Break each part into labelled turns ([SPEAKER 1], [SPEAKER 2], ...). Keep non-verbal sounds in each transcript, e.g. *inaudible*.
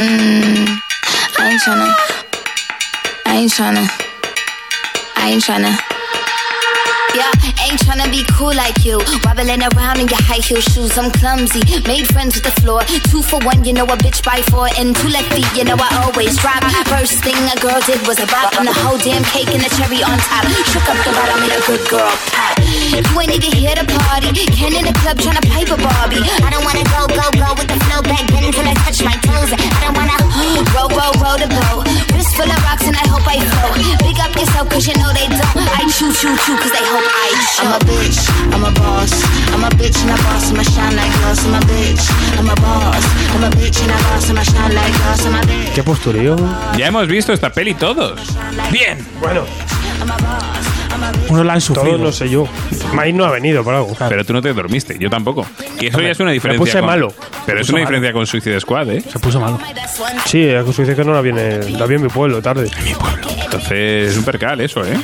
[SPEAKER 1] Mm, I ain't tryna. I ain't tryna. I ain't tryna. Yeah, ain't tryna be cool like you. Wobbling around in your high heel shoes, I'm clumsy. Made friends with the floor. Two for one, you know a bitch by four. And two left feet, you know I always drop. First thing a girl did was a bop. And the whole damn cake and the cherry on top. Shook up the bottom, made a good girl pop. You ain't even here to party. Ken in the club tryna pipe a Barbie. I don't wanna go, go, go with the flow back then till I touch my toes. I don't wanna *gasps* roll, roll, roll the boat. Wrist full of rocks and I hope I float. Pick up yourself cause you know they don't. I chew, chew, chew cause they hope I choke. I'm a bitch, I'm a boss. I'm a bitch and a boss. I'm a shine like glass. I'm a bitch, I'm a boss. I'm a bitch and a boss. I'm a shine like glass. I'm a bitch.
[SPEAKER 2] Qué posturío.
[SPEAKER 3] Ya hemos visto esta peli todos. Bien.
[SPEAKER 4] Bueno,
[SPEAKER 1] I'm a boss. I'm a bitch.
[SPEAKER 2] Uno la han sufrido.
[SPEAKER 4] todos no sé yo. Maíz no ha venido por algo.
[SPEAKER 3] Pero tú no te dormiste, yo tampoco. Y eso ya es una diferencia.
[SPEAKER 4] puse
[SPEAKER 3] con-
[SPEAKER 4] malo.
[SPEAKER 3] Pero
[SPEAKER 4] Me
[SPEAKER 3] es una
[SPEAKER 4] puse malo.
[SPEAKER 3] diferencia con Suicide Squad, ¿eh?
[SPEAKER 2] Se puso malo.
[SPEAKER 1] That's one
[SPEAKER 4] Sí, es que su dice que no la viene. La vi en mi pueblo, tarde.
[SPEAKER 3] Entonces es un percal eso, ¿eh?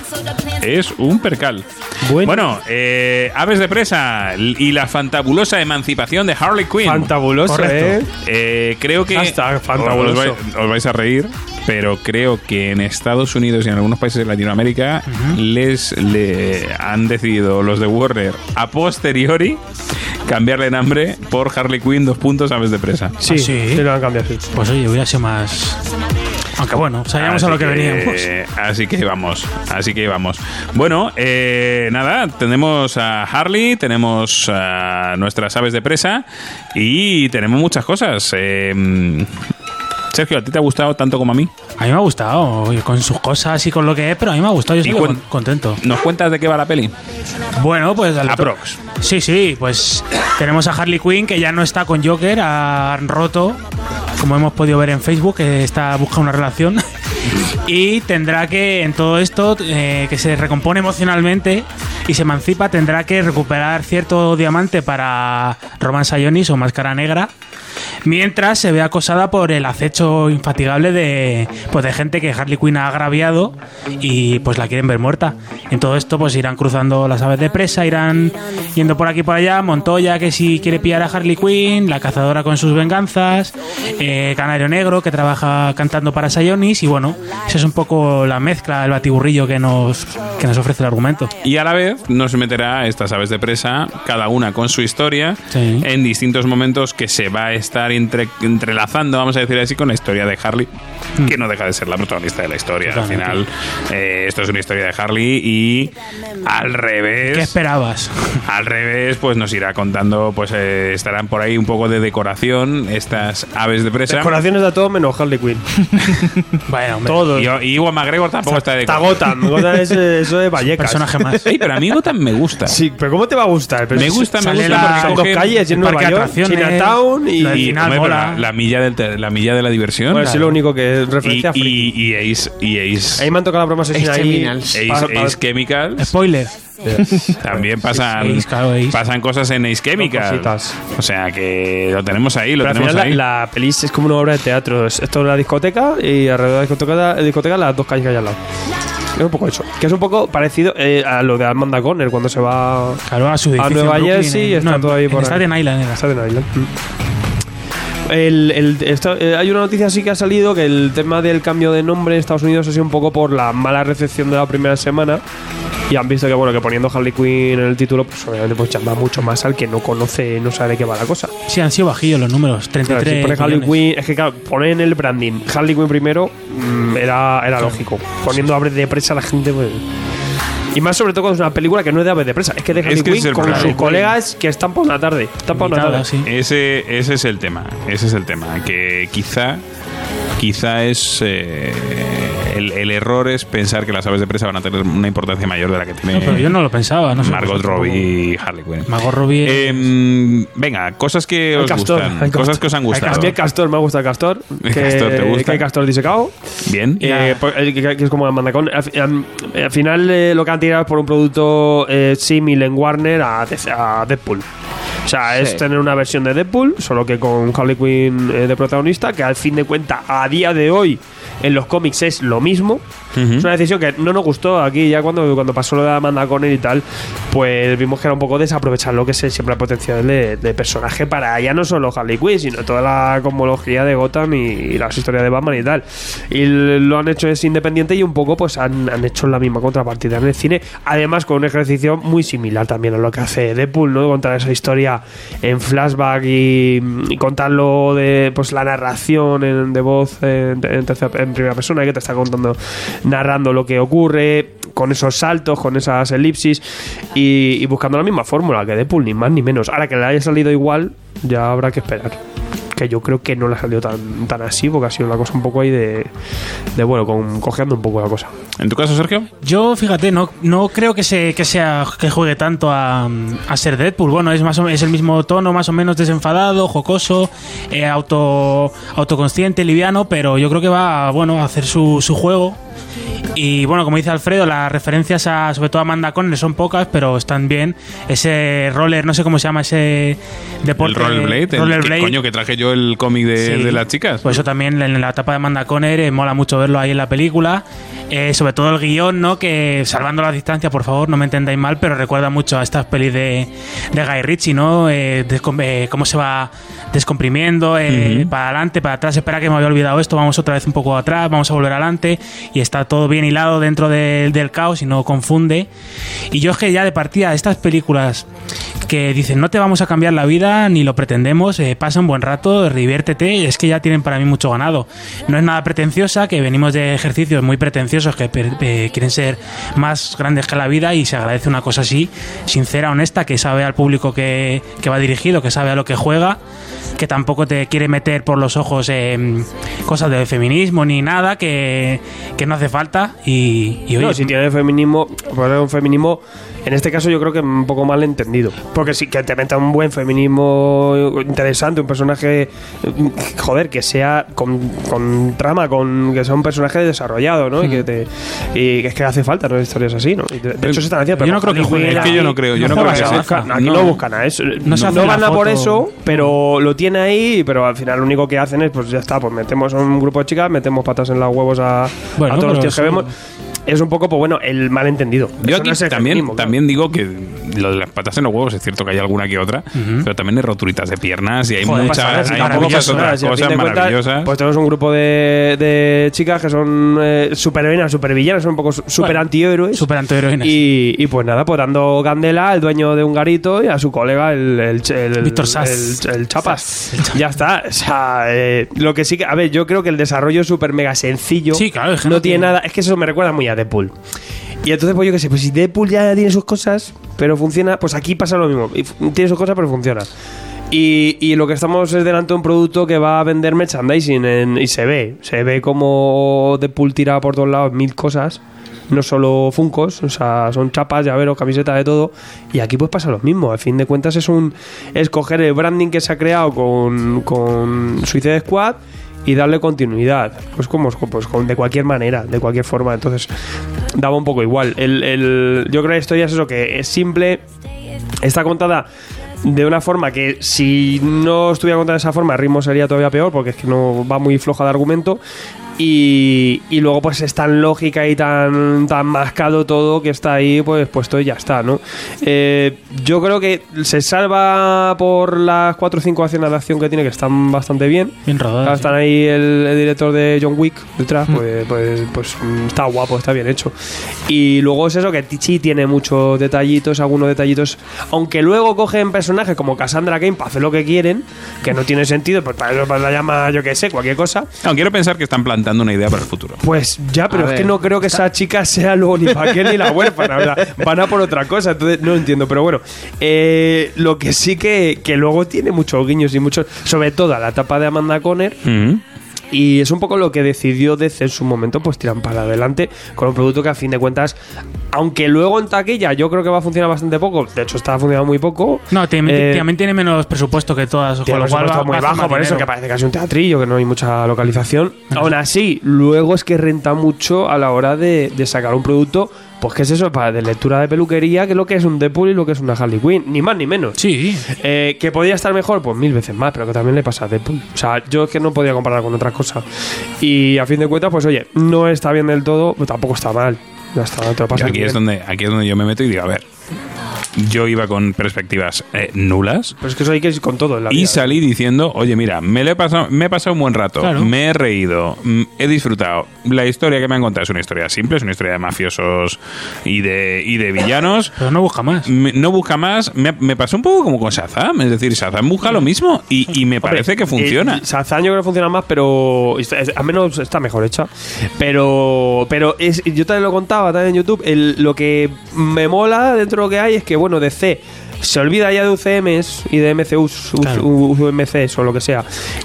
[SPEAKER 3] Es un percal.
[SPEAKER 4] Bueno.
[SPEAKER 3] eh, Aves de Presa y la fantabulosa emancipación de Harley Quinn.
[SPEAKER 4] Fantabuloso,
[SPEAKER 2] Correcto.
[SPEAKER 4] ¿eh?
[SPEAKER 3] Eh, creo que
[SPEAKER 4] Hashtag
[SPEAKER 3] os,
[SPEAKER 4] fantabuloso.
[SPEAKER 3] vais, os vais a reír, pero creo que en Estados Unidos y en algunos países de Latinoamérica les le han decidido los de Warner a posteriori cambiarle el nombre por Harley Quinn dos puntos aves de presa.
[SPEAKER 4] Sí,
[SPEAKER 2] Ah, sí.
[SPEAKER 4] sí, lo han cambiado. sí.
[SPEAKER 2] Pues oye, hubiera sido más. Aunque bueno, sabíamos
[SPEAKER 3] Así
[SPEAKER 2] a lo que,
[SPEAKER 3] que-
[SPEAKER 2] veníamos.
[SPEAKER 3] Así que vamos, así que vamos. Bueno, eh, nada, tenemos a Harley, tenemos a nuestras aves de presa y tenemos muchas cosas. Eh, Sergio, ¿a ti te ha gustado tanto como a mí?
[SPEAKER 2] A mí me ha gustado, oye, con sus cosas y con lo que es, pero a mí me ha gustado, yo
[SPEAKER 3] Y
[SPEAKER 2] estoy
[SPEAKER 3] cuen-
[SPEAKER 2] con- contento.
[SPEAKER 3] ¿Nos cuentas de qué va la peli?
[SPEAKER 2] Bueno, pues al otro-
[SPEAKER 3] Aprox.
[SPEAKER 2] Sí, sí, pues tenemos a Harley Quinn que ya no está con Joker, han roto, como hemos podido ver en Facebook, que está busca una relación *laughs* y tendrá que en todo esto eh, que se recompone emocionalmente y se emancipa tendrá que recuperar cierto diamante para Roman Sayonis o Máscara Negra. Mientras se ve acosada por el acecho infatigable de, pues de gente que Harley Quinn ha agraviado y pues la quieren ver muerta. En todo esto pues irán cruzando las aves de presa, irán yendo por aquí y por allá, Montoya que si quiere pillar a Harley Quinn, la cazadora con sus venganzas, eh, Canario Negro que trabaja cantando para Sayonis y bueno, esa es un poco la mezcla, el batiburrillo que nos, que nos ofrece el argumento.
[SPEAKER 3] Y a la vez nos meterá estas aves de presa, cada una con su historia,
[SPEAKER 2] Sí.
[SPEAKER 3] en distintos momentos que se va a estar entre- entrelazando, vamos a decir así, con la historia de Harley, que no deja de ser la protagonista de la historia.
[SPEAKER 2] Mm. Totalmente.
[SPEAKER 3] Al final, eh, esto es una historia de Harley y al revés.
[SPEAKER 2] ¿Qué
[SPEAKER 4] *laughs*
[SPEAKER 2] esperabas?
[SPEAKER 3] Al revés, pues nos irá contando, pues eh, estarán por ahí un poco de decoración estas aves de presa.
[SPEAKER 4] Decoraciones de todo menos Harley Quinn.
[SPEAKER 2] Vaya, hombre,
[SPEAKER 4] Todo.
[SPEAKER 3] Y, y Iwan McGregor tampoco está de
[SPEAKER 4] Está Gotham. Gotham es, eh, eso de Vallecas.
[SPEAKER 2] personaje más.
[SPEAKER 3] Ey, pero a mí Gotham me gusta.
[SPEAKER 4] Sí, pero ¿cómo te va a gustar? Pero
[SPEAKER 3] Me
[SPEAKER 4] es-
[SPEAKER 3] gusta, me
[SPEAKER 2] sale
[SPEAKER 3] gusta
[SPEAKER 2] la-
[SPEAKER 3] porque
[SPEAKER 4] Son dos
[SPEAKER 3] cogen-
[SPEAKER 4] calles y en
[SPEAKER 2] parque
[SPEAKER 4] Nueva
[SPEAKER 2] de
[SPEAKER 4] York,
[SPEAKER 2] atracciones,
[SPEAKER 4] Chinatown y...
[SPEAKER 2] la de
[SPEAKER 3] Y,
[SPEAKER 2] final
[SPEAKER 3] hombre, pero la,
[SPEAKER 2] mola. Pues
[SPEAKER 3] la milla del te- la milla de la diversión.
[SPEAKER 4] Bueno, sí, lo único que es
[SPEAKER 3] y,
[SPEAKER 4] referencia a friki.
[SPEAKER 3] y, y Ace, y Ace,
[SPEAKER 4] Ahí me han tocado la broma asesina
[SPEAKER 5] Ace
[SPEAKER 4] ahí.
[SPEAKER 5] Terminals.
[SPEAKER 3] Ace-
[SPEAKER 4] Pa- pa-
[SPEAKER 3] Ace
[SPEAKER 4] *laughs*
[SPEAKER 3] Chemicals.
[SPEAKER 2] Spoiler.
[SPEAKER 3] También pasan,
[SPEAKER 2] Ace, claro, Ace.
[SPEAKER 3] pasan cosas en Ace Chemicals.
[SPEAKER 4] cositas.
[SPEAKER 3] O sea que lo tenemos ahí, lo
[SPEAKER 4] Pero al
[SPEAKER 3] tenemos
[SPEAKER 4] final la,
[SPEAKER 3] ahí.
[SPEAKER 4] la peli es como una obra de teatro. Es- Esto es la discoteca y alrededor de la discoteca, eh, discoteca las dos calles que hay al lado. Es un poco eso. Que es un poco parecido eh, a lo de Amanda Conner cuando se va
[SPEAKER 2] Claro, a su
[SPEAKER 4] A
[SPEAKER 2] edificio
[SPEAKER 4] Nueva
[SPEAKER 2] en Brooklyn,
[SPEAKER 4] Jersey
[SPEAKER 2] en-
[SPEAKER 4] está
[SPEAKER 2] en-
[SPEAKER 4] todo ahí
[SPEAKER 2] en
[SPEAKER 4] por ahí.
[SPEAKER 2] Staten Island era.
[SPEAKER 4] a Staten Island. Mm. El- el- esto- eh, hay una noticia así que ha salido que el tema del cambio de nombre en Estados Unidos ha sido un poco por la mala recepción de la primera semana. Y han visto que bueno que poniendo Harley Quinn en el título, pues obviamente pues llama mucho más al que no conoce, no sabe de qué va la cosa.
[SPEAKER 2] Sí, han sido bajillos los números.
[SPEAKER 4] Claro,
[SPEAKER 2] 33
[SPEAKER 4] si pones Harley
[SPEAKER 2] millones.
[SPEAKER 4] Quinn, es que claro, poner en el branding Harley Quinn primero mm, era, era lógico. Poniendo aves de presa a la gente. pues- Y más sobre todo cuando es una película que no es de aves de presa, es que es de
[SPEAKER 3] Es
[SPEAKER 4] Harley
[SPEAKER 3] que es
[SPEAKER 4] Quinn
[SPEAKER 3] el
[SPEAKER 4] con
[SPEAKER 3] problema.
[SPEAKER 4] sus colegas que están por una tarde. Están por una
[SPEAKER 2] Invitada,
[SPEAKER 4] tarde.
[SPEAKER 2] sí.
[SPEAKER 3] Ese, ese es el tema. Ese es el tema. Que quizá. Quizá es eh, el, el error es pensar que las aves de presa van a tener una importancia mayor de la que tiene
[SPEAKER 2] No, pero yo no lo pensaba. No sé. Pues
[SPEAKER 3] Margot Robbie y Harley Quinn.
[SPEAKER 2] Margot Robbie.
[SPEAKER 3] Em, venga, cosas que os
[SPEAKER 4] castor,
[SPEAKER 3] gustan.
[SPEAKER 4] hay
[SPEAKER 3] Cosas
[SPEAKER 4] castor.
[SPEAKER 3] que os han
[SPEAKER 4] A
[SPEAKER 3] gustado.
[SPEAKER 4] mí el castor me gusta el castor.
[SPEAKER 3] *laughs* ¿El
[SPEAKER 4] que-
[SPEAKER 3] castor te gusta?
[SPEAKER 4] Que hay castor disecado.
[SPEAKER 3] Bien.
[SPEAKER 4] Eh, pues, el que, que es como el mandacón. Al, fi- am- al final eh, lo que han tirado es por un producto eh, símil en Warner a, Death- a Deadpool. O sea, es tener una versión de Deadpool, solo que con Harley Quinn eh, de protagonista, que al fin de cuentas, a día de hoy, en los cómics es lo mismo.
[SPEAKER 3] Ujú.
[SPEAKER 4] Es una decisión que no nos gustó aquí, ya cuando, cuando pasó lo de Amanda Conner y tal, pues vimos que era un poco desaprovechar lo que es el- siempre el potencial de, de personaje para ya no solo Harley Quinn, sino toda la cosmología de Gotham y, y las historias de Batman y tal. Y l- lo han hecho es independiente y un poco pues han, han hecho la misma contrapartida en el cine, además con un ejercicio muy similar también a lo que hace Deadpool, ¿no? Contar esa historia en flashback y, y contarlo de pues la narración en- de voz eh, en, en tercera- en primera persona que te está contando, narrando lo que ocurre, con esos saltos, con esas elipsis y, y buscando la misma fórmula que Deadpool, ni más ni menos. Ahora que le haya salido igual, ya habrá que esperar. Que yo creo que no le ha salido tan, tan así, porque ha sido una cosa un poco ahí de, de bueno, con, cojeando un poco la cosa.
[SPEAKER 3] ¿En tu caso, Sergio?
[SPEAKER 2] Yo, fíjate, no, no creo que se, que sea que juegue tanto a, a ser Deadpool. Bueno, es más o- es el mismo tono, más o menos desenfadado, jocoso, eh, auto autoconsciente, liviano, pero yo creo que va a, bueno, a hacer su, su juego. Y bueno, como dice Alfredo, las referencias a sobre todo a Amanda Conner son pocas, pero están bien. Ese roller, no sé cómo se llama ese
[SPEAKER 3] El
[SPEAKER 2] deporte.
[SPEAKER 3] Rollerblade. el
[SPEAKER 2] rollerblade.
[SPEAKER 3] que- coño, que traje yo el cómic de,
[SPEAKER 2] Sí.
[SPEAKER 3] de las chicas.
[SPEAKER 2] Pues eso también en la etapa de Amanda Conner eh, mola mucho verlo ahí en la película. Eh, sobre todo el guión, ¿no? Que salvando las distancias, por favor, no me entendáis mal, pero recuerda mucho a estas pelis de, de Guy Ritchie, ¿no? Eh, descom- eh, cómo se va descomprimiendo, eh, para adelante, para atrás. Espera que me había olvidado esto, vamos otra vez un poco atrás, vamos a volver adelante. Y está todo bien hilado dentro de- del caos y no confunde. Y yo es que ya de partida, estas películas que dicen no te vamos a cambiar la vida ni lo pretendemos, eh, pasa un buen rato, diviértete, es que ya tienen para mí mucho ganado. No es nada pretenciosa, que venimos de ejercicios muy pretenciosos que per- eh, quieren ser más grandes que la vida y se agradece una cosa así, sincera, honesta, que sabe al público que, que va dirigido, que sabe a lo que juega, que tampoco te quiere meter por los ojos em, cosas de feminismo ni nada, que, que no hace falta y, y, oye,
[SPEAKER 4] no, si tiene feminismo, pues es un feminismo, en este caso yo creo que un poco mal entendido. Porque sí que te meta un buen feminismo interesante, un personaje, mm, joder, que sea con, con trama, con que sea un personaje desarrollado, ¿no?
[SPEAKER 2] Hmm.
[SPEAKER 4] Y que te, y que es que hace falta, ¿no? Historias así, ¿no? Y de, de hecho se están haciendo,
[SPEAKER 2] yo no creo que
[SPEAKER 4] Hollywood
[SPEAKER 2] juegue-
[SPEAKER 4] era-
[SPEAKER 3] es que yo no creo, yo no
[SPEAKER 4] no,
[SPEAKER 3] creo
[SPEAKER 4] no,
[SPEAKER 3] que
[SPEAKER 4] se
[SPEAKER 3] sea.
[SPEAKER 4] busca, no, aquí
[SPEAKER 3] No.
[SPEAKER 4] no buscan a eso. No,
[SPEAKER 2] No se hace la
[SPEAKER 4] van a
[SPEAKER 2] foto.
[SPEAKER 4] por eso, pero lo tiene ahí, pero al final lo único que hacen es, pues ya está, pues metemos a un grupo de chicas, metemos patas en los huevos a,
[SPEAKER 2] Bueno,
[SPEAKER 4] a todos los
[SPEAKER 2] pero
[SPEAKER 4] tíos
[SPEAKER 2] eso-
[SPEAKER 4] que vemos. Es un poco, pues bueno, el malentendido.
[SPEAKER 3] Yo
[SPEAKER 4] Eso
[SPEAKER 3] aquí
[SPEAKER 4] no es el
[SPEAKER 3] también,
[SPEAKER 4] feminismo, claro.
[SPEAKER 3] también digo que lo de las patas en los huevos es cierto que hay alguna que otra, pero también hay roturitas de piernas y hay
[SPEAKER 2] Joder,
[SPEAKER 3] muchas,
[SPEAKER 2] pasadas y
[SPEAKER 3] hay
[SPEAKER 2] maravillosas,
[SPEAKER 3] muchas otras
[SPEAKER 4] Si al fin
[SPEAKER 3] cosas
[SPEAKER 4] de cuentas,
[SPEAKER 3] maravillosas.
[SPEAKER 4] pues tenemos un grupo de, de chicas que son eh, superheroínas, supervillanas, son un poco su- super antihéroes.
[SPEAKER 2] super antiheroínas.
[SPEAKER 4] Y, y pues nada, pues dando candela al dueño de un garito y a su colega, el, el, ch- el-
[SPEAKER 2] Víctor
[SPEAKER 4] el-
[SPEAKER 2] Sass.
[SPEAKER 4] el- el Chapas.
[SPEAKER 2] Sass, el Chapas.
[SPEAKER 4] Ya está. O sea, eh, lo que sí que. A ver, yo creo que el desarrollo es súper mega sencillo.
[SPEAKER 2] Sí, claro, es que
[SPEAKER 4] no,
[SPEAKER 2] no
[SPEAKER 4] tiene
[SPEAKER 2] tiene-
[SPEAKER 4] nada. Es que eso me recuerda muy a Deadpool. Y entonces, pues yo qué sé, pues si Deadpool ya tiene sus cosas, pero funciona, pues aquí pasa lo mismo. Y fu- Tiene sus cosas, pero funciona. Y, y lo que estamos es delante de un producto que va a vender merchandising en- y se ve. Se ve como Deadpool tira por todos lados mil cosas. No solo funcos, o sea, son chapas, llaveros, camisetas, de todo. Y aquí pues pasa lo mismo. Al fin de cuentas es un escoger el branding que se ha creado con, con Suicide Squad y darle continuidad. Pues como pues con- de cualquier manera, de cualquier forma. Entonces, daba un poco igual. El, el- yo creo que la historia es eso, que es simple, está contada de una forma que si no estuviera contada de esa forma, el ritmo sería todavía peor, porque es que no va muy floja de argumento. Y, y luego pues es tan lógica y tan, tan mascado todo que está ahí pues puesto y ya está, ¿no? Eh, yo creo que se salva por las 4 o 5 escenas de acción que tiene que están bastante bien.
[SPEAKER 2] bien
[SPEAKER 5] Ah,
[SPEAKER 2] rodadas,
[SPEAKER 4] Claro,
[SPEAKER 2] sí.
[SPEAKER 4] están ahí el, el director de John Wick detrás,
[SPEAKER 5] Mm.
[SPEAKER 4] pues, pues, pues, mm, está guapo, está bien hecho. Y luego es eso, que Tichi tiene muchos detallitos, algunos detallitos, aunque luego cogen personajes como Cassandra Kane para hacer lo que quieren, que no tiene sentido, pues para eso para la llama, yo qué sé, cualquier cosa.
[SPEAKER 3] No, quiero pensar que están plantando una idea para el futuro.
[SPEAKER 4] Pues ya, pero
[SPEAKER 5] A
[SPEAKER 4] es
[SPEAKER 5] ver.
[SPEAKER 4] que no creo que esa chica sea luego ni Paquel ni la huérfana. o sea, van a por otra cosa, entonces no lo entiendo. Pero bueno, eh, lo que sí que, que luego tiene muchos guiños y muchos. Sobre todo a la etapa de Amanda Conner,
[SPEAKER 3] Ujú.
[SPEAKER 4] Y es un poco lo que decidió DC en su momento, pues tiran para adelante con un producto que a fin de cuentas, aunque luego en taquilla yo creo que va a funcionar bastante poco, de hecho está funcionando muy poco.
[SPEAKER 2] No, te-
[SPEAKER 4] eh,
[SPEAKER 2] también tiene menos presupuesto que todas.
[SPEAKER 4] tiene
[SPEAKER 2] con lo
[SPEAKER 4] un
[SPEAKER 2] cual
[SPEAKER 4] presupuesto
[SPEAKER 2] va-
[SPEAKER 4] muy
[SPEAKER 2] va a hacer
[SPEAKER 4] bajo,
[SPEAKER 2] más
[SPEAKER 4] por eso que
[SPEAKER 2] dinero.
[SPEAKER 4] parece casi un teatrillo, que no hay mucha localización. Aún así, luego es que renta mucho a la hora de, de sacar un producto, pues que es eso, para de lectura de peluquería, que es lo que es un Deadpool y lo que es una Harley Quinn, ni más ni menos.
[SPEAKER 2] Sí.
[SPEAKER 4] Eh, que podía estar mejor, pues mil veces más, pero que también le pasa a Deadpool. O sea, yo es que no podía comparar con otra cosa. Y a fin de cuentas, pues oye, no está bien del todo, pero tampoco está mal. Ya está, te lo
[SPEAKER 3] Yo
[SPEAKER 4] pasas
[SPEAKER 3] Aquí
[SPEAKER 4] bien.
[SPEAKER 3] es, donde, aquí es donde yo me meto y digo, a ver, yo iba con perspectivas eh, nulas
[SPEAKER 4] Pero es que eso hay que ir con todo en la
[SPEAKER 3] y
[SPEAKER 4] vida.
[SPEAKER 3] salí diciendo, oye, mira, me, lo he, pasado, me he pasado un buen rato,
[SPEAKER 2] Claro.
[SPEAKER 3] me he reído, mm, he disfrutado. La historia que me han contado es una historia simple, es una historia de mafiosos y de, y de villanos.
[SPEAKER 2] Pero no busca más.
[SPEAKER 3] Me- no busca más, me, me pasó un poco como con Shazam, es decir, Shazam busca lo mismo y, y me
[SPEAKER 4] Hombre,
[SPEAKER 3] parece que
[SPEAKER 4] eh,
[SPEAKER 3] funciona.
[SPEAKER 4] Shazam yo creo que funciona más, pero está- es- al menos está mejor hecha. Pero pero es, yo también lo contaba también en YouTube. el- lo que me mola dentro de lo que hay es que, bueno, DC se olvida ya de UCMs y de MCUs, U-
[SPEAKER 2] Claro.
[SPEAKER 4] U- UMCs o lo que sea.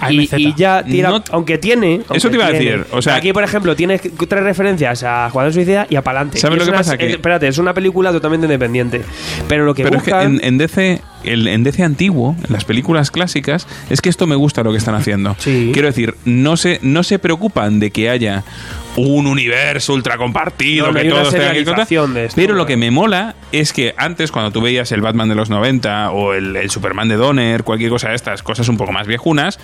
[SPEAKER 4] Y,
[SPEAKER 2] AMZ.
[SPEAKER 4] y ya tira,
[SPEAKER 3] No-
[SPEAKER 4] aunque tiene. aunque
[SPEAKER 3] te iba a
[SPEAKER 4] tiene.
[SPEAKER 3] decir, o sea-
[SPEAKER 4] aquí, por ejemplo, tienes tres referencias a Juan Suicida y a Palante.
[SPEAKER 3] ¿Sabes
[SPEAKER 4] Y
[SPEAKER 3] lo
[SPEAKER 4] es
[SPEAKER 3] que
[SPEAKER 4] una-
[SPEAKER 3] pasa? Que-
[SPEAKER 4] eh, Espérate, es una película totalmente independiente. Pero lo que
[SPEAKER 3] Pero es que
[SPEAKER 4] buscan.
[SPEAKER 3] en, en DC, el- en DC antiguo, en las películas clásicas, es que esto me gusta lo que están haciendo.
[SPEAKER 4] Sí.
[SPEAKER 3] Quiero decir, no se, no se preocupan de que haya un universo ultra compartido,
[SPEAKER 4] No, no
[SPEAKER 3] que
[SPEAKER 4] hay una
[SPEAKER 3] todos tengan que contar.
[SPEAKER 4] serialización de esto,
[SPEAKER 3] Pero lo
[SPEAKER 4] claro.
[SPEAKER 3] que me mola es que antes, cuando tú veías el Batman de los 90 o el, el Superman de Donner, cualquier cosa de estas, cosas un poco más viejunas,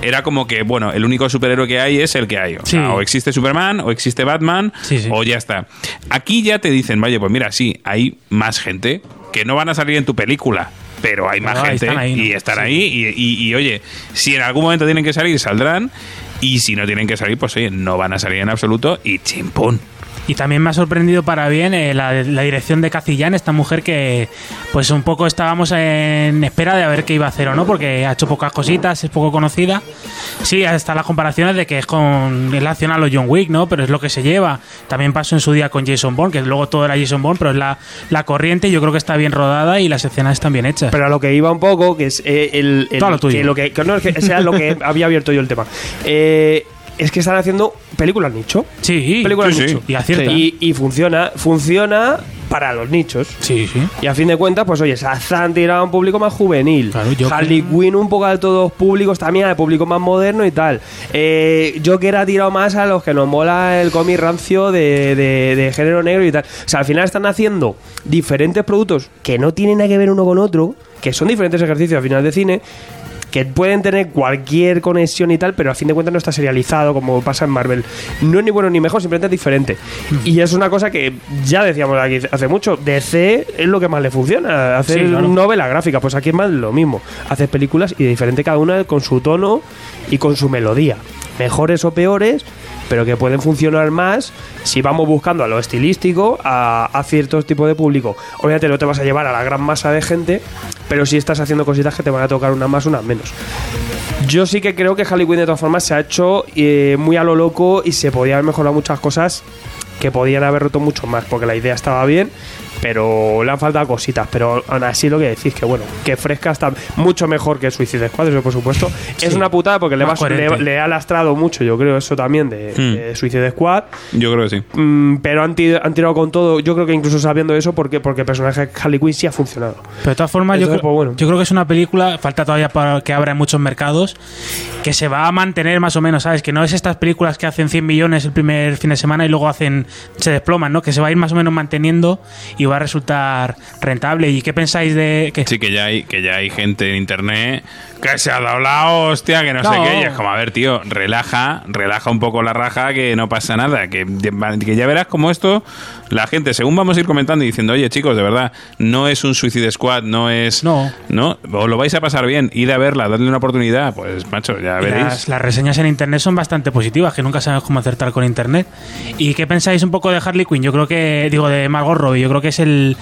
[SPEAKER 3] era como que, bueno, el único superhéroe que hay es el que hay. O, sea,
[SPEAKER 2] Sí.
[SPEAKER 3] o existe Superman, o existe Batman,
[SPEAKER 2] Sí, sí.
[SPEAKER 3] o o ya está. Aquí ya te dicen, vaya, pues mira, sí, hay más gente que no van a salir en tu película. Pero hay más
[SPEAKER 2] Pero ahí
[SPEAKER 3] gente
[SPEAKER 2] están ahí, ¿no?
[SPEAKER 3] y están
[SPEAKER 2] Sí.
[SPEAKER 3] ahí. Y, y- y, oye, si en algún momento tienen que salir, saldrán. Y si no tienen que salir, pues oye, no van a salir en absoluto. Y chimpón.
[SPEAKER 2] Y también me ha sorprendido para bien eh, la, la dirección de Cacillán, esta mujer que pues un poco estábamos en espera de a ver qué iba a hacer o no, porque ha hecho pocas cositas, es poco conocida. Sí, hasta las comparaciones de que es con es la acción a los John Wick, ¿no? Pero es lo que se lleva. También pasó en su día con Jason Bourne, que luego todo era Jason Bourne, pero es la, la corriente, yo creo que está bien rodada y las escenas están bien hechas.
[SPEAKER 4] Pero a lo que iba un poco, que es eh, el, el-
[SPEAKER 2] Todo lo tuyo.
[SPEAKER 4] que lo que, que no, es que sea
[SPEAKER 2] *laughs*
[SPEAKER 4] lo que había abierto yo el tema. Eh, es que están haciendo películas nicho.
[SPEAKER 2] sí,
[SPEAKER 4] Películas
[SPEAKER 3] sí, sí.
[SPEAKER 4] nicho.
[SPEAKER 2] Y acierta.
[SPEAKER 4] Y, y funciona, funciona para los nichos.
[SPEAKER 2] sí, sí.
[SPEAKER 4] Y a fin de cuentas, pues oye, Shazam tiraba a un público más juvenil.
[SPEAKER 2] Claro, Joker.
[SPEAKER 4] Harley Quinn un poco a todos los públicos también, al público más moderno y tal. Eh, Joker ha tirado más a los que nos mola el cómic rancio de, de- de género negro y tal. O sea, al final están haciendo diferentes productos que no tienen nada que ver uno con otro, que son diferentes ejercicios al final de cine, que pueden tener cualquier conexión y tal, pero a fin de cuentas no está serializado como pasa en Marvel. No es ni bueno ni mejor, simplemente es diferente.
[SPEAKER 2] Mm.
[SPEAKER 4] Y es una cosa que ya decíamos aquí hace mucho, DC es lo que más le funciona, hacer
[SPEAKER 2] Sí, claro.
[SPEAKER 4] novela gráfica, pues aquí es más lo mismo, haces películas y de diferente cada una con su tono y con su melodía, mejores o peores, pero que pueden funcionar más si vamos buscando a lo estilístico, a, a ciertos tipos de público. Obviamente no te vas a llevar a la gran masa de gente, pero si estás haciendo cositas que te van a tocar unas más, unas menos. Yo sí que creo que Harley Quinn de todas formas se ha hecho eh, muy a lo loco y se podía haber mejorado muchas cosas que podían haber roto mucho más, porque la idea estaba bien, pero le han faltado cositas. Pero aún así lo que decís, que bueno, que fresca está mucho mejor que Suicide Squad, eso por supuesto. Es
[SPEAKER 2] Sí.
[SPEAKER 4] una putada porque le,
[SPEAKER 2] Más
[SPEAKER 4] va- le,
[SPEAKER 2] coherente.
[SPEAKER 4] le ha lastrado mucho, yo creo, eso también de,
[SPEAKER 3] Hmm.
[SPEAKER 4] de Suicide Squad.
[SPEAKER 3] Yo creo que sí.
[SPEAKER 4] Mm, pero han, ti- han tirado con todo, yo creo que incluso sabiendo eso, porque, porque el personaje de Harley Quinn sí ha funcionado.
[SPEAKER 2] Pero de todas formas, yo,
[SPEAKER 4] Entonces,
[SPEAKER 2] creo-
[SPEAKER 4] pues, bueno.
[SPEAKER 2] yo creo que es una película, falta todavía para que abra en muchos mercados, que se va a mantener más o menos, ¿sabes? Que no es estas películas que hacen 100 millones el primer fin de semana y luego hacen se desploman, ¿no? Que se va a ir más o menos manteniendo y va a resultar rentable. ¿Y qué pensáis de *laughs* que
[SPEAKER 3] Sí, que ya hay, que ya hay gente en internet que se ha dado la hostia, que no, sé
[SPEAKER 2] No.
[SPEAKER 3] qué. Y es como, a ver, tío, relaja, relaja un poco la raja, que no pasa nada. Que, que ya verás como esto, la gente, según vamos a ir comentando y diciendo, oye, chicos, de verdad, no es un Suicide Squad, no es.
[SPEAKER 2] No.
[SPEAKER 3] No, os lo vais a pasar bien, id a verla, dadle una oportunidad. Pues, macho, ya
[SPEAKER 2] las,
[SPEAKER 3] veréis.
[SPEAKER 2] las reseñas en internet son bastante positivas, que nunca sabemos cómo acertar con internet. ¿Y qué pensáis un poco de Harley Quinn? Yo creo que, digo, de Margot Robbie, yo creo que es el.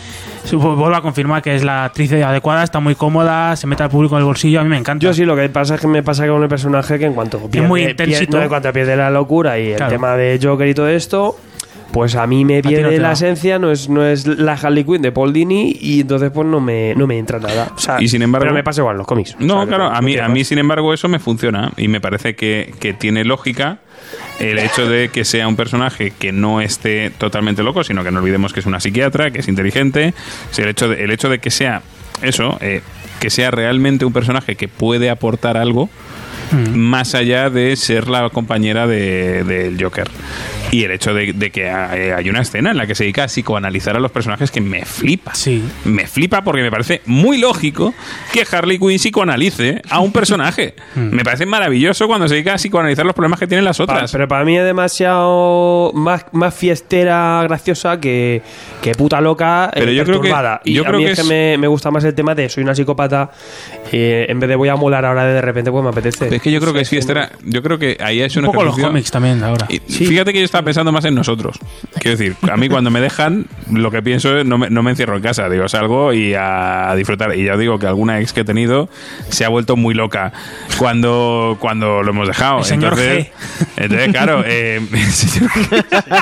[SPEAKER 2] Vuelvo a confirmar que es la actriz adecuada, está muy cómoda, se mete al público en el bolsillo, a mí me encanta.
[SPEAKER 4] Yo sí, lo que pasa es que me pasa con el personaje que en cuanto pierde,
[SPEAKER 2] muy
[SPEAKER 4] pierde-
[SPEAKER 2] intensito.
[SPEAKER 4] no, en cuanto pierde la locura y el
[SPEAKER 2] Claro.
[SPEAKER 4] tema de Joker y todo esto, Pues a mí me
[SPEAKER 2] ti no
[SPEAKER 4] viene
[SPEAKER 2] te
[SPEAKER 4] la
[SPEAKER 2] va.
[SPEAKER 4] esencia, no es, no es la Harley Quinn de Paul Dini y entonces pues no me, no me entra nada. O sea,
[SPEAKER 3] Y sin embargo-
[SPEAKER 4] pero me pasa igual en los cómics. O
[SPEAKER 3] No,
[SPEAKER 4] sea, que
[SPEAKER 3] claro,
[SPEAKER 4] no-
[SPEAKER 3] a
[SPEAKER 4] no
[SPEAKER 3] mí,
[SPEAKER 4] tiene
[SPEAKER 3] a
[SPEAKER 4] más.
[SPEAKER 3] mí sin embargo eso me funciona y me parece que, que tiene lógica el hecho de que sea un personaje que no esté totalmente loco, sino que no olvidemos que es una psiquiatra, que es inteligente, Si el hecho de, el hecho de que sea eso, eh, que sea realmente un personaje que puede aportar algo más allá de ser la compañera de- del Joker. Y el hecho de, de que hay hay una escena en la que se dedica a psicoanalizar a los personajes que me flipa.
[SPEAKER 2] Sí.
[SPEAKER 3] Me flipa porque me parece muy lógico que Harley Quinn psicoanalice a un
[SPEAKER 2] *laughs*
[SPEAKER 3] personaje.
[SPEAKER 2] Mm.
[SPEAKER 3] me parece maravilloso cuando se dedica a psicoanalizar los problemas que tienen las
[SPEAKER 4] Pa-
[SPEAKER 3] otras.
[SPEAKER 4] pero para mí es demasiado más, más fiestera, graciosa que, que puta loca,
[SPEAKER 3] Pero
[SPEAKER 4] eh,
[SPEAKER 3] yo creo que-
[SPEAKER 4] perturbada. y
[SPEAKER 3] yo
[SPEAKER 4] a
[SPEAKER 3] creo
[SPEAKER 4] mí
[SPEAKER 3] que
[SPEAKER 4] es que
[SPEAKER 3] es-
[SPEAKER 4] me, me gusta más el tema de soy una psicópata, eh, en vez de voy a molar ahora de repente, pues me apetece.
[SPEAKER 3] es que yo creo que es
[SPEAKER 4] Sí, sí,
[SPEAKER 3] fiestera. Yo creo que ahí es
[SPEAKER 2] Un
[SPEAKER 3] una
[SPEAKER 2] poco los cómics también ahora.
[SPEAKER 3] Y Fíjate que yo estaba pensando más en nosotros. Quiero decir, a mí cuando me dejan, lo que pienso es no me, no me encierro en casa, digo, salgo y a disfrutar. Y ya os digo que alguna ex que he tenido se ha vuelto muy loca cuando, cuando lo hemos dejado.
[SPEAKER 2] El señor
[SPEAKER 3] entonces, entonces, claro, eh, *laughs* el señor G.
[SPEAKER 4] no.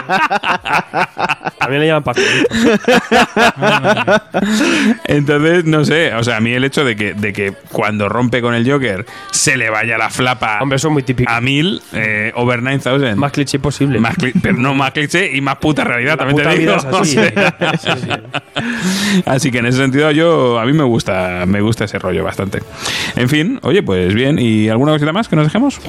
[SPEAKER 4] A mí le llaman pastelito.
[SPEAKER 3] Entonces, no sé, o sea, a mí el hecho de que, de que cuando rompe con el Joker se le vaya la flapa
[SPEAKER 4] Hombre, eso es muy típico.
[SPEAKER 3] a mil, eh, over 9000.
[SPEAKER 4] Más cliché posible.
[SPEAKER 3] Más cli- pero no más cliché y más puta realidad,
[SPEAKER 4] La
[SPEAKER 3] también
[SPEAKER 4] puta
[SPEAKER 3] te
[SPEAKER 4] vida
[SPEAKER 3] digo.
[SPEAKER 4] es
[SPEAKER 3] *laughs*
[SPEAKER 4] así. ¿eh?
[SPEAKER 3] O sea, Así que en ese sentido yo a mí me gusta, me gusta ese rollo bastante. En fin, oye, pues bien, ¿y alguna cosita más que nos dejemos?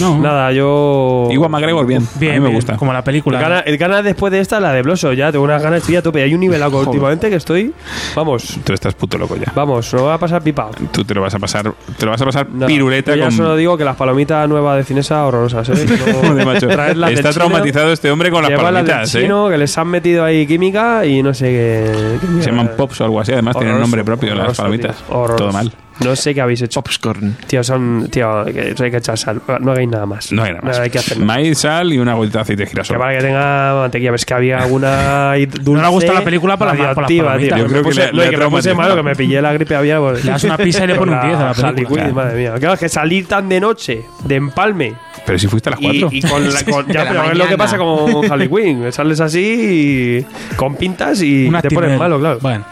[SPEAKER 2] No.
[SPEAKER 4] *laughs* Nada, yo.
[SPEAKER 3] Igual McGregor bien,
[SPEAKER 2] Bien,
[SPEAKER 3] a mí me
[SPEAKER 2] bien,
[SPEAKER 3] gusta.
[SPEAKER 2] Como la
[SPEAKER 4] El
[SPEAKER 2] película.
[SPEAKER 4] gana, el gana después de esta, la de Bloso, ya tengo unas ganas estoy a tope. Hay un
[SPEAKER 3] *laughs*
[SPEAKER 4] nivel algo últimamente que estoy. Vamos,
[SPEAKER 3] Tú estás puto loco ya.
[SPEAKER 4] vamos, no va a pasar pipa.
[SPEAKER 3] Tú te lo vas a pasar, te lo vas a pasar
[SPEAKER 4] No,
[SPEAKER 3] piruleta
[SPEAKER 4] yo ya
[SPEAKER 3] con
[SPEAKER 4] solo digo que las palomitas nuevas de Cinesa horrorosas, ¿eh?
[SPEAKER 3] *laughs*
[SPEAKER 4] No-
[SPEAKER 3] Joder, macho.
[SPEAKER 4] traerlas del
[SPEAKER 3] Está
[SPEAKER 4] chino,
[SPEAKER 3] traumatizado este hombre con las
[SPEAKER 4] llevarlas del
[SPEAKER 3] palomitas, ¿eh?
[SPEAKER 4] chino, que les han metido ahí química y no sé qué. qué mierda.
[SPEAKER 3] Se llaman Pops o algo así, además tienen
[SPEAKER 4] Horroroso,
[SPEAKER 3] nombre propio las
[SPEAKER 4] horroroso,
[SPEAKER 3] palomitas.
[SPEAKER 4] tío, horroroso.
[SPEAKER 3] Todo mal.
[SPEAKER 4] No sé qué habéis hecho.
[SPEAKER 5] Popcorn.
[SPEAKER 4] Tío, son. Tío, que- hay que echar sal. No hagáis nada más.
[SPEAKER 3] No hay nada más.
[SPEAKER 4] hay que hacer. nada.
[SPEAKER 3] Maíz, sal y una vuelta de aceite de
[SPEAKER 4] Que
[SPEAKER 3] girasol.
[SPEAKER 4] para que tenga mantequilla, ves que había
[SPEAKER 3] *laughs*
[SPEAKER 4] alguna ahí dulce.
[SPEAKER 2] le ha gustado la película por la- por las
[SPEAKER 4] radioactiva,
[SPEAKER 2] palomitas.
[SPEAKER 4] tío.
[SPEAKER 3] Yo creo
[SPEAKER 4] me
[SPEAKER 3] que
[SPEAKER 4] puse,
[SPEAKER 3] le- le
[SPEAKER 4] no, y que me puse
[SPEAKER 3] traumatizó.
[SPEAKER 4] malo, que me pillé la gripe aviar. pues-
[SPEAKER 2] Le das una pizza y
[SPEAKER 4] *laughs*
[SPEAKER 2] le pone un 10 a la
[SPEAKER 4] Harley
[SPEAKER 2] película.
[SPEAKER 4] Quinn, madre mía. Claro, es que salir tan de noche, de empalme,
[SPEAKER 3] Pero si fuiste a las
[SPEAKER 4] Y,
[SPEAKER 3] cuatro.
[SPEAKER 4] y con
[SPEAKER 3] *laughs*
[SPEAKER 4] la, con- ya,
[SPEAKER 5] De la
[SPEAKER 4] pero es lo que
[SPEAKER 5] mañana.
[SPEAKER 4] pasa con Harley Quinn. Sales así y- con pintas y
[SPEAKER 2] Una
[SPEAKER 4] te pones
[SPEAKER 2] Actimel.
[SPEAKER 4] malo, claro.
[SPEAKER 2] Bueno.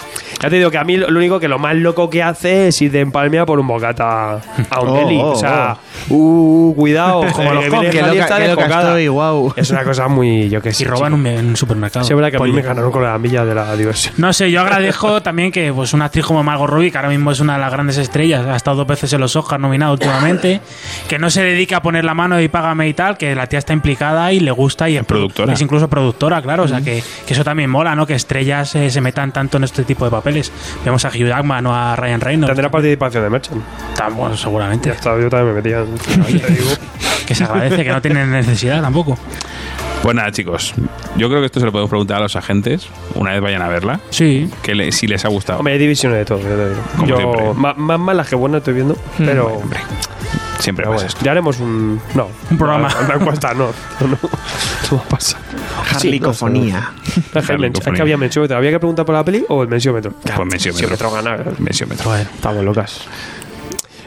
[SPEAKER 4] Ya te digo que a mí lo lo único que lo más loco que hace es ir de empalmea por un bocata a un
[SPEAKER 5] Oh,
[SPEAKER 4] deli.
[SPEAKER 5] oh,
[SPEAKER 4] o sea, uh, Como los
[SPEAKER 5] Como los cómics, que loca- que loca estoy, guau.
[SPEAKER 4] Es una cosa muy, yo que sé.
[SPEAKER 2] Si roban un, en un supermercado.
[SPEAKER 4] Es verdad que a mí
[SPEAKER 2] Pollo.
[SPEAKER 4] me ganaron con la milla de
[SPEAKER 2] *laughs*
[SPEAKER 4] la diversión.
[SPEAKER 2] No sé, yo
[SPEAKER 4] *laughs*
[SPEAKER 2] agradezco también que pues una actriz como Margot Robbie, que ahora mismo es una de las grandes estrellas, ha estado dos veces en los Oscars nominada
[SPEAKER 4] *laughs*
[SPEAKER 2] últimamente, que no se dedica a poner la mano y págame y tal, que la tía está implicada y le gusta y es
[SPEAKER 3] productora.
[SPEAKER 2] Es incluso productora, claro, o sea que, que eso también mola, ¿no? Que estrellas eh, se metan tanto en este tipo de papeles. Vemos a Hugh Jackman o a Ryan Reynolds.
[SPEAKER 4] Tendrá participación de Merchant.
[SPEAKER 2] Tan bueno,
[SPEAKER 4] Ya *laughs*
[SPEAKER 2] seguramente.
[SPEAKER 4] está, yo también me metía. Te digo.
[SPEAKER 2] Que se agradece, que no tienen necesidad tampoco.
[SPEAKER 3] Pues nada, chicos. Yo creo que esto se lo podemos preguntar a los agentes una vez vayan a verla.
[SPEAKER 2] Sí.
[SPEAKER 3] Que le- si les ha gustado.
[SPEAKER 4] Hombre, hay divisiones de todo, yo te digo.
[SPEAKER 3] Como
[SPEAKER 4] Yo-
[SPEAKER 3] siempre.
[SPEAKER 4] ma- más malas que buenas estoy viendo, pero.
[SPEAKER 3] Siempre
[SPEAKER 4] Pero
[SPEAKER 3] pasa
[SPEAKER 4] bueno,
[SPEAKER 3] esto.
[SPEAKER 4] ya haremos un. No.
[SPEAKER 2] Un programa.
[SPEAKER 4] Una encuesta, no. No, no. Eso pasa.
[SPEAKER 5] Harlicofonía.
[SPEAKER 4] Es que,
[SPEAKER 3] Claro,
[SPEAKER 4] el men- es
[SPEAKER 3] cofonía.
[SPEAKER 4] que había mensiómetro. ¿Había que preguntar por la peli o el mensiómetro?
[SPEAKER 3] Pues mensiómetro.
[SPEAKER 4] ganar.
[SPEAKER 3] Mensiómetro.
[SPEAKER 2] Joder.
[SPEAKER 4] Estamos locas.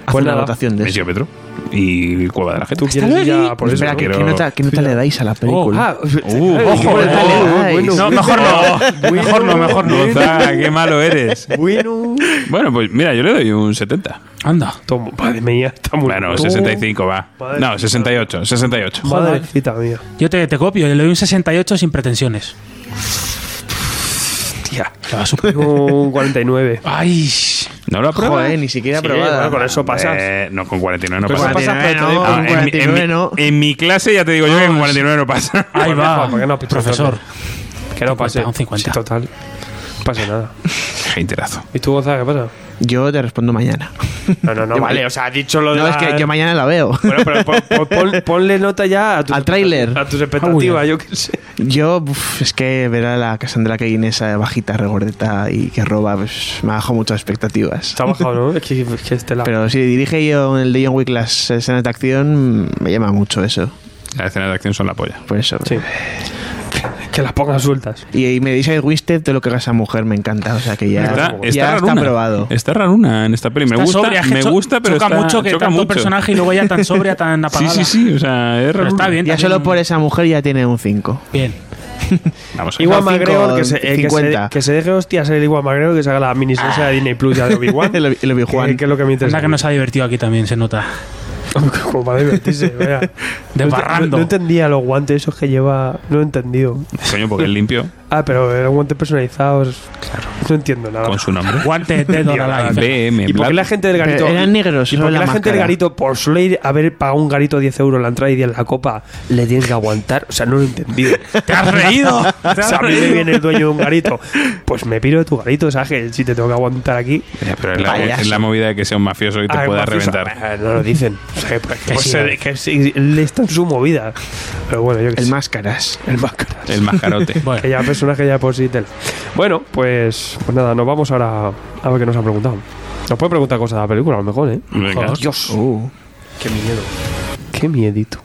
[SPEAKER 5] Haz
[SPEAKER 4] Pues
[SPEAKER 5] una
[SPEAKER 4] nada.
[SPEAKER 5] votación de eso.
[SPEAKER 3] Mensiómetro. Y Cueva de la Gente.
[SPEAKER 4] Tú quieres ir ya por eso.
[SPEAKER 5] Espera,
[SPEAKER 4] ¿no?
[SPEAKER 5] que,
[SPEAKER 3] Quiero-
[SPEAKER 5] ¿qué nota, qué nota le dais a la
[SPEAKER 3] *laughs*
[SPEAKER 5] película?
[SPEAKER 4] Ah,
[SPEAKER 3] Uh,
[SPEAKER 4] ay,
[SPEAKER 3] ojo, eh.
[SPEAKER 4] qué bueno, bueno.
[SPEAKER 2] No, mejor
[SPEAKER 3] *laughs*
[SPEAKER 2] no. Mejor no, mejor no.
[SPEAKER 3] Gonzaga, qué malo eres.
[SPEAKER 4] Bueno.
[SPEAKER 3] Bueno, pues mira, yo le doy un 70.
[SPEAKER 2] Anda.
[SPEAKER 4] Tomo, madre mía, está muy
[SPEAKER 3] Bueno, 65 va.
[SPEAKER 4] Madre
[SPEAKER 3] No,
[SPEAKER 4] mía.
[SPEAKER 3] 68, 68.
[SPEAKER 4] Madrecita mía.
[SPEAKER 2] Yo te, te copio, le doy un 68 sin pretensiones.
[SPEAKER 4] Tía.
[SPEAKER 2] Te va súper.
[SPEAKER 4] Un 49.
[SPEAKER 2] Ay,
[SPEAKER 3] ¿No lo aprueba?
[SPEAKER 5] Joder, ni siquiera
[SPEAKER 4] Sí,
[SPEAKER 5] aprobada.
[SPEAKER 4] bueno, con eso pasas.
[SPEAKER 3] Eh, no, con 49 no
[SPEAKER 4] Pero
[SPEAKER 3] pasa.
[SPEAKER 4] bueno,
[SPEAKER 3] nada.
[SPEAKER 4] pasa, pero te digo-
[SPEAKER 5] no,
[SPEAKER 3] Ah,
[SPEAKER 5] con
[SPEAKER 3] en mi- en mi-
[SPEAKER 5] 49 no.
[SPEAKER 3] En mi clase ya te digo yo que con 49 no pasa. Ah,
[SPEAKER 2] ahí va,
[SPEAKER 4] ¿por qué no, pichón?
[SPEAKER 2] profesor.
[SPEAKER 4] Que no pase.
[SPEAKER 2] 50, un 50.
[SPEAKER 4] Sí, total. No pasa nada.
[SPEAKER 3] Haterazo.
[SPEAKER 4] ¿Y tú, Gonzaga, qué pasa?
[SPEAKER 5] Yo te respondo mañana.
[SPEAKER 4] No, *laughs* no, no.
[SPEAKER 5] vale,
[SPEAKER 4] o sea, has dicho lo
[SPEAKER 5] No, es que yo mañana la veo.
[SPEAKER 4] Bueno, *laughs* pero pon- pon- pon- ponle nota ya a tus,
[SPEAKER 5] Al tráiler.
[SPEAKER 4] A tus expectativas, yo qué sé.
[SPEAKER 5] *laughs* Yo, uf, es que ver a la Cassandra Cain esa bajita, regordeta y que roba, pues me bajo muchas expectativas.
[SPEAKER 4] Está bajado, ¿no? Es que, es que este lado.
[SPEAKER 5] Pero si dirige yo el de John Wick las escenas de acción, me llama mucho eso.
[SPEAKER 3] Las escenas de acción son la polla.
[SPEAKER 5] Por eso.
[SPEAKER 4] Sí. Que las pongas sueltas.
[SPEAKER 5] Y, y me dice Winstead, todo lo que haga esa mujer me encanta. O sea que ya
[SPEAKER 3] Está,
[SPEAKER 5] ya
[SPEAKER 3] está
[SPEAKER 5] está
[SPEAKER 3] raruna.
[SPEAKER 5] aprobado.
[SPEAKER 3] Está raruna en esta peli. Me
[SPEAKER 2] Está
[SPEAKER 3] gusta,
[SPEAKER 2] sobria, es que
[SPEAKER 3] me
[SPEAKER 2] cho-
[SPEAKER 3] gusta, pero
[SPEAKER 2] choca
[SPEAKER 3] está-
[SPEAKER 2] mucho que
[SPEAKER 3] choca
[SPEAKER 2] tanto
[SPEAKER 3] mucho.
[SPEAKER 2] personaje y luego ya tan sobria, tan
[SPEAKER 3] *laughs* Sí,
[SPEAKER 2] apagada.
[SPEAKER 3] sí, sí. O sea, es
[SPEAKER 2] Pero
[SPEAKER 3] raruna.
[SPEAKER 2] está bien.
[SPEAKER 5] Ya
[SPEAKER 2] también.
[SPEAKER 5] solo por esa mujer ya tiene un 5.
[SPEAKER 2] Bien.
[SPEAKER 3] Vamos a
[SPEAKER 4] Igual
[SPEAKER 5] No, cinco,
[SPEAKER 4] Magreo, que se, eh, que, se,
[SPEAKER 5] 50.
[SPEAKER 4] que se deje hostias el Igual Magreo que se haga la miniserie de Disney Plus
[SPEAKER 5] *laughs*
[SPEAKER 4] ya de Obi-Wan.
[SPEAKER 5] El Obi- el Obi-Wan.
[SPEAKER 4] Que, que es lo que me interesa.
[SPEAKER 2] Anda que nos ha divertido aquí también, se nota.
[SPEAKER 4] *laughs* Como
[SPEAKER 2] *laughs*
[SPEAKER 4] para divertirse, vaya.
[SPEAKER 2] De
[SPEAKER 4] No ent-
[SPEAKER 2] barrando.
[SPEAKER 4] No, no entendía los guantes esos que lleva. No he entendido.
[SPEAKER 3] Coño, porque es limpio
[SPEAKER 4] Ah, pero eran guantes personalizados. Claro. No entiendo nada.
[SPEAKER 3] con su nombre.
[SPEAKER 2] Guantes de
[SPEAKER 4] Tío,
[SPEAKER 2] Dora Life.
[SPEAKER 3] BM,
[SPEAKER 4] ¿Y por qué
[SPEAKER 3] Black-
[SPEAKER 4] la gente del garito?
[SPEAKER 5] Pero eran negros,
[SPEAKER 4] ¿Y
[SPEAKER 5] solo
[SPEAKER 4] por qué
[SPEAKER 5] la
[SPEAKER 4] la, gente del
[SPEAKER 5] máscara.
[SPEAKER 4] garito, por solo ir a haber pagado un garito 10 euros la entrada y 10 la copa, le tienen que aguantar? O sea, no lo he entendido.
[SPEAKER 2] *laughs* ¡Te has reído!
[SPEAKER 4] *laughs* O sea, a mí me viene el dueño de un garito. Pues me piro de tu garito, ¿sabes? Que si te tengo que aguantar aquí.
[SPEAKER 3] Ya, pero es la,
[SPEAKER 5] Payaso.
[SPEAKER 3] es la movida de que sea un mafioso y te
[SPEAKER 4] ah,
[SPEAKER 3] pueda
[SPEAKER 4] mafioso.
[SPEAKER 3] reventar.
[SPEAKER 4] Ah, No lo *laughs* dicen. O sea, que, pues,
[SPEAKER 2] sí,
[SPEAKER 4] se-
[SPEAKER 2] vale.
[SPEAKER 4] que sí, él está en su movida. Pero bueno, yo qué
[SPEAKER 5] El
[SPEAKER 4] sé.
[SPEAKER 5] máscaras.
[SPEAKER 4] El máscara.
[SPEAKER 3] El mascarote.
[SPEAKER 4] Que
[SPEAKER 2] Bueno,
[SPEAKER 4] ya personaje ya por sí tela. Bueno, pues, pues nada, nos vamos ahora a ver qué nos han preguntado. Nos
[SPEAKER 5] Oh.
[SPEAKER 4] pueden preguntar cosas de la película, a lo mejor, ¿eh?
[SPEAKER 3] Venga.
[SPEAKER 5] Dios. Uh.
[SPEAKER 4] Qué miedito.